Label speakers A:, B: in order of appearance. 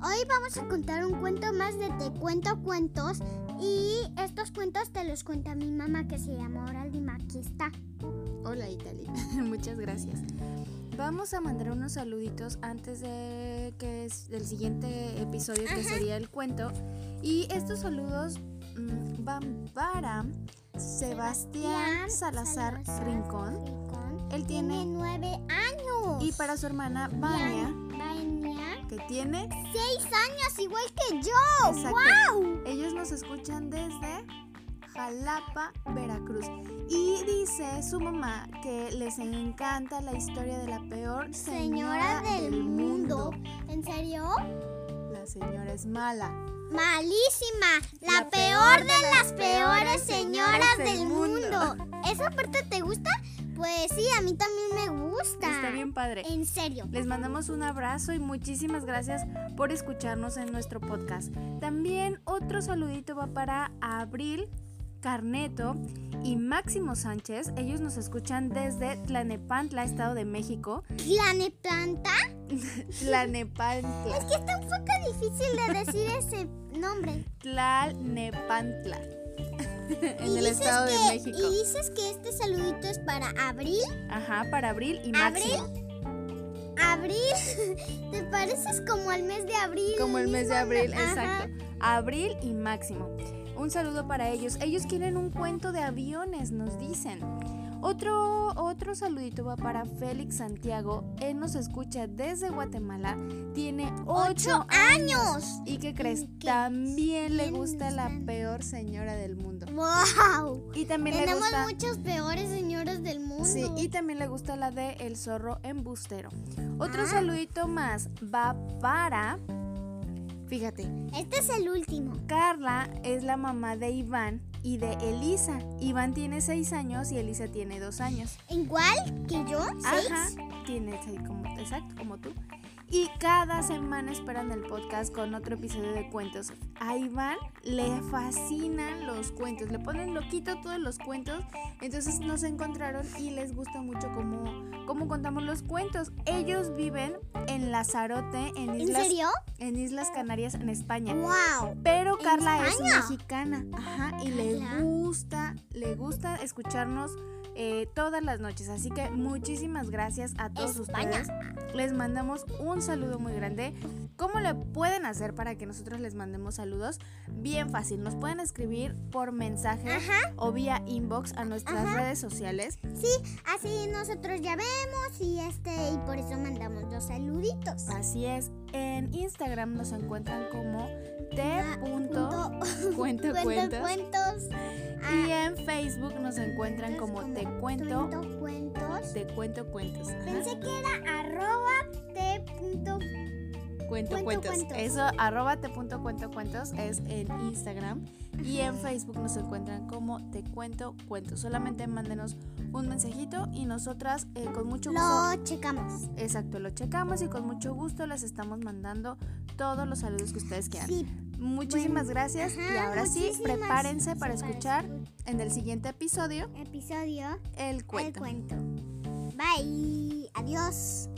A: vamos a contar un cuento más de Te Cuento Cuentos y estos cuentos te los cuenta mi mamá que se llama Oraldima. Aquí está.
B: Hola Italia, muchas gracias. Vamos a mandar unos saluditos antes de que es del siguiente episodio que sería el cuento. Y estos saludos mm, van para Sebastián, Salazar, Rincón. Él
A: Tiene
B: tiene
A: nueve años.
B: y para su hermana Vania,
A: Vania,
B: que tiene
A: Seis años, igual que yo.
B: Exacto.
A: Oh, ¡Guau!
B: Ellos nos escuchan desde Jalapa, Veracruz. Y dice su mamá que les encanta la historia de la peor
A: Señora
B: señora,
A: del mundo. ¿En serio?
B: La señora es mala.
A: Malísima, la, peor
B: La peor
A: de las peores
B: peores
A: señoras
B: señoras
A: del
B: del
A: mundo.
B: mundo.
A: ¿Esa parte te gusta? Pues sí, a mí también me gusta.
B: Está bien pues. padre.
A: En serio.
B: Les mandamos un abrazo y muchísimas gracias por escucharnos en nuestro podcast. También otro saludito va para Abril Carneto y Máximo Sánchez. Ellos nos escuchan desde Tlanepantla, Estado de México.
A: Planeplanta.
B: Tlanepantla.
A: Es que está un poco difícil de decir ese nombre.
B: Tlalnepantla.
A: Y
B: en el
A: dices
B: Estado de
A: que-
B: México.
A: Y dices que este saludito es para Abril.
B: Ajá, para Abril
A: ¿Abril?
B: y Máximo.
A: Abril, te pareces como al mes de abril.
B: Como el mes de
A: mismo
B: abril,
A: nombre. Ajá.
B: exacto. Abril y Máximo. Un saludo para ellos. Ellos quieren un cuento de aviones, nos dicen. Otro, otro saludito va para Félix Santiago. Él nos escucha desde Guatemala. Tiene
A: Ocho
B: 8
A: años.
B: ¿Y qué crees?
A: ¿Y qué?
B: También le
A: Bien
B: gusta la
A: gustan.
B: peor señora del mundo.
A: ¡Wow!
B: Y también le
A: Tenemos
B: gusta...
A: muchos peores señores del mundo.
B: Sí, y también le gusta la de El zorro embustero. Otro
A: Ah.
B: saludito más va para... Fíjate,
A: Este es el último.
B: Carla es la mamá de Iván y de Elisa. Iván tiene 6 años y Elisa tiene 2 años.
A: Igual que yo, seis.
B: Ajá, tiene 6 como exacto como tú. Y cada semana esperan el podcast con otro episodio de cuentos. A Iván le fascinan los cuentos, le ponen loquito todos los cuentos. Entonces nos encontraron y les gusta mucho cómo, cómo contamos los cuentos. Ellos viven en Lazarote, en
A: ¿En
B: Islas,
A: serio?
B: en Islas Canarias, en España.
A: ¡Wow!
B: Pero
A: ¿En
B: Carla es
A: España? Ah,
B: mexicana, ajá, y le
A: Ala.
B: gusta, le gusta escucharnos eh, todas las noches. Así que muchísimas gracias a todos
A: España.
B: ustedes. Les mandamos un saludo muy grande. ¿Cómo le pueden hacer para que nosotros les mandemos saludos? Bien fácil, nos pueden escribir por mensaje o vía inbox a nuestras
A: Ajá.
B: redes sociales.
A: Así nosotros ya vemos y este, y por eso mandamos los saluditos.
B: Así es, en Instagram nos encuentran como
A: Punto-
B: te.cuento cuento
A: cuento
B: cuentos.
A: cuentos.
B: Y
A: Ah,
B: en Facebook nos encuentran como
A: entonces
B: Te Cuento,
A: cuento cuentos.
B: Te Cuento Cuentos. Ajá,
A: Pensé que era arroba te punto
B: Cuento
A: Cuento
B: Cuentos.
A: Cuentos.
B: Eso, arroba Te Punto Cuento Cuentos es en Instagram. Y en Facebook nos encuentran como Te Cuento Cuentos. Solamente mándenos un mensajito y nosotras eh, con mucho gusto.
A: Lo checamos.
B: Exacto, lo checamos y con mucho gusto les estamos mandando todos los saludos que ustedes quieran.
A: Sí,
B: Muchísimas gracias y
A: ajá,
B: ahora sí,
A: muchísimas-
B: prepárense para
A: sí,
B: escuchar
A: escuchar
B: en el siguiente episodio
A: episodio
B: el cuento.
A: el cuento. Bye. Adiós.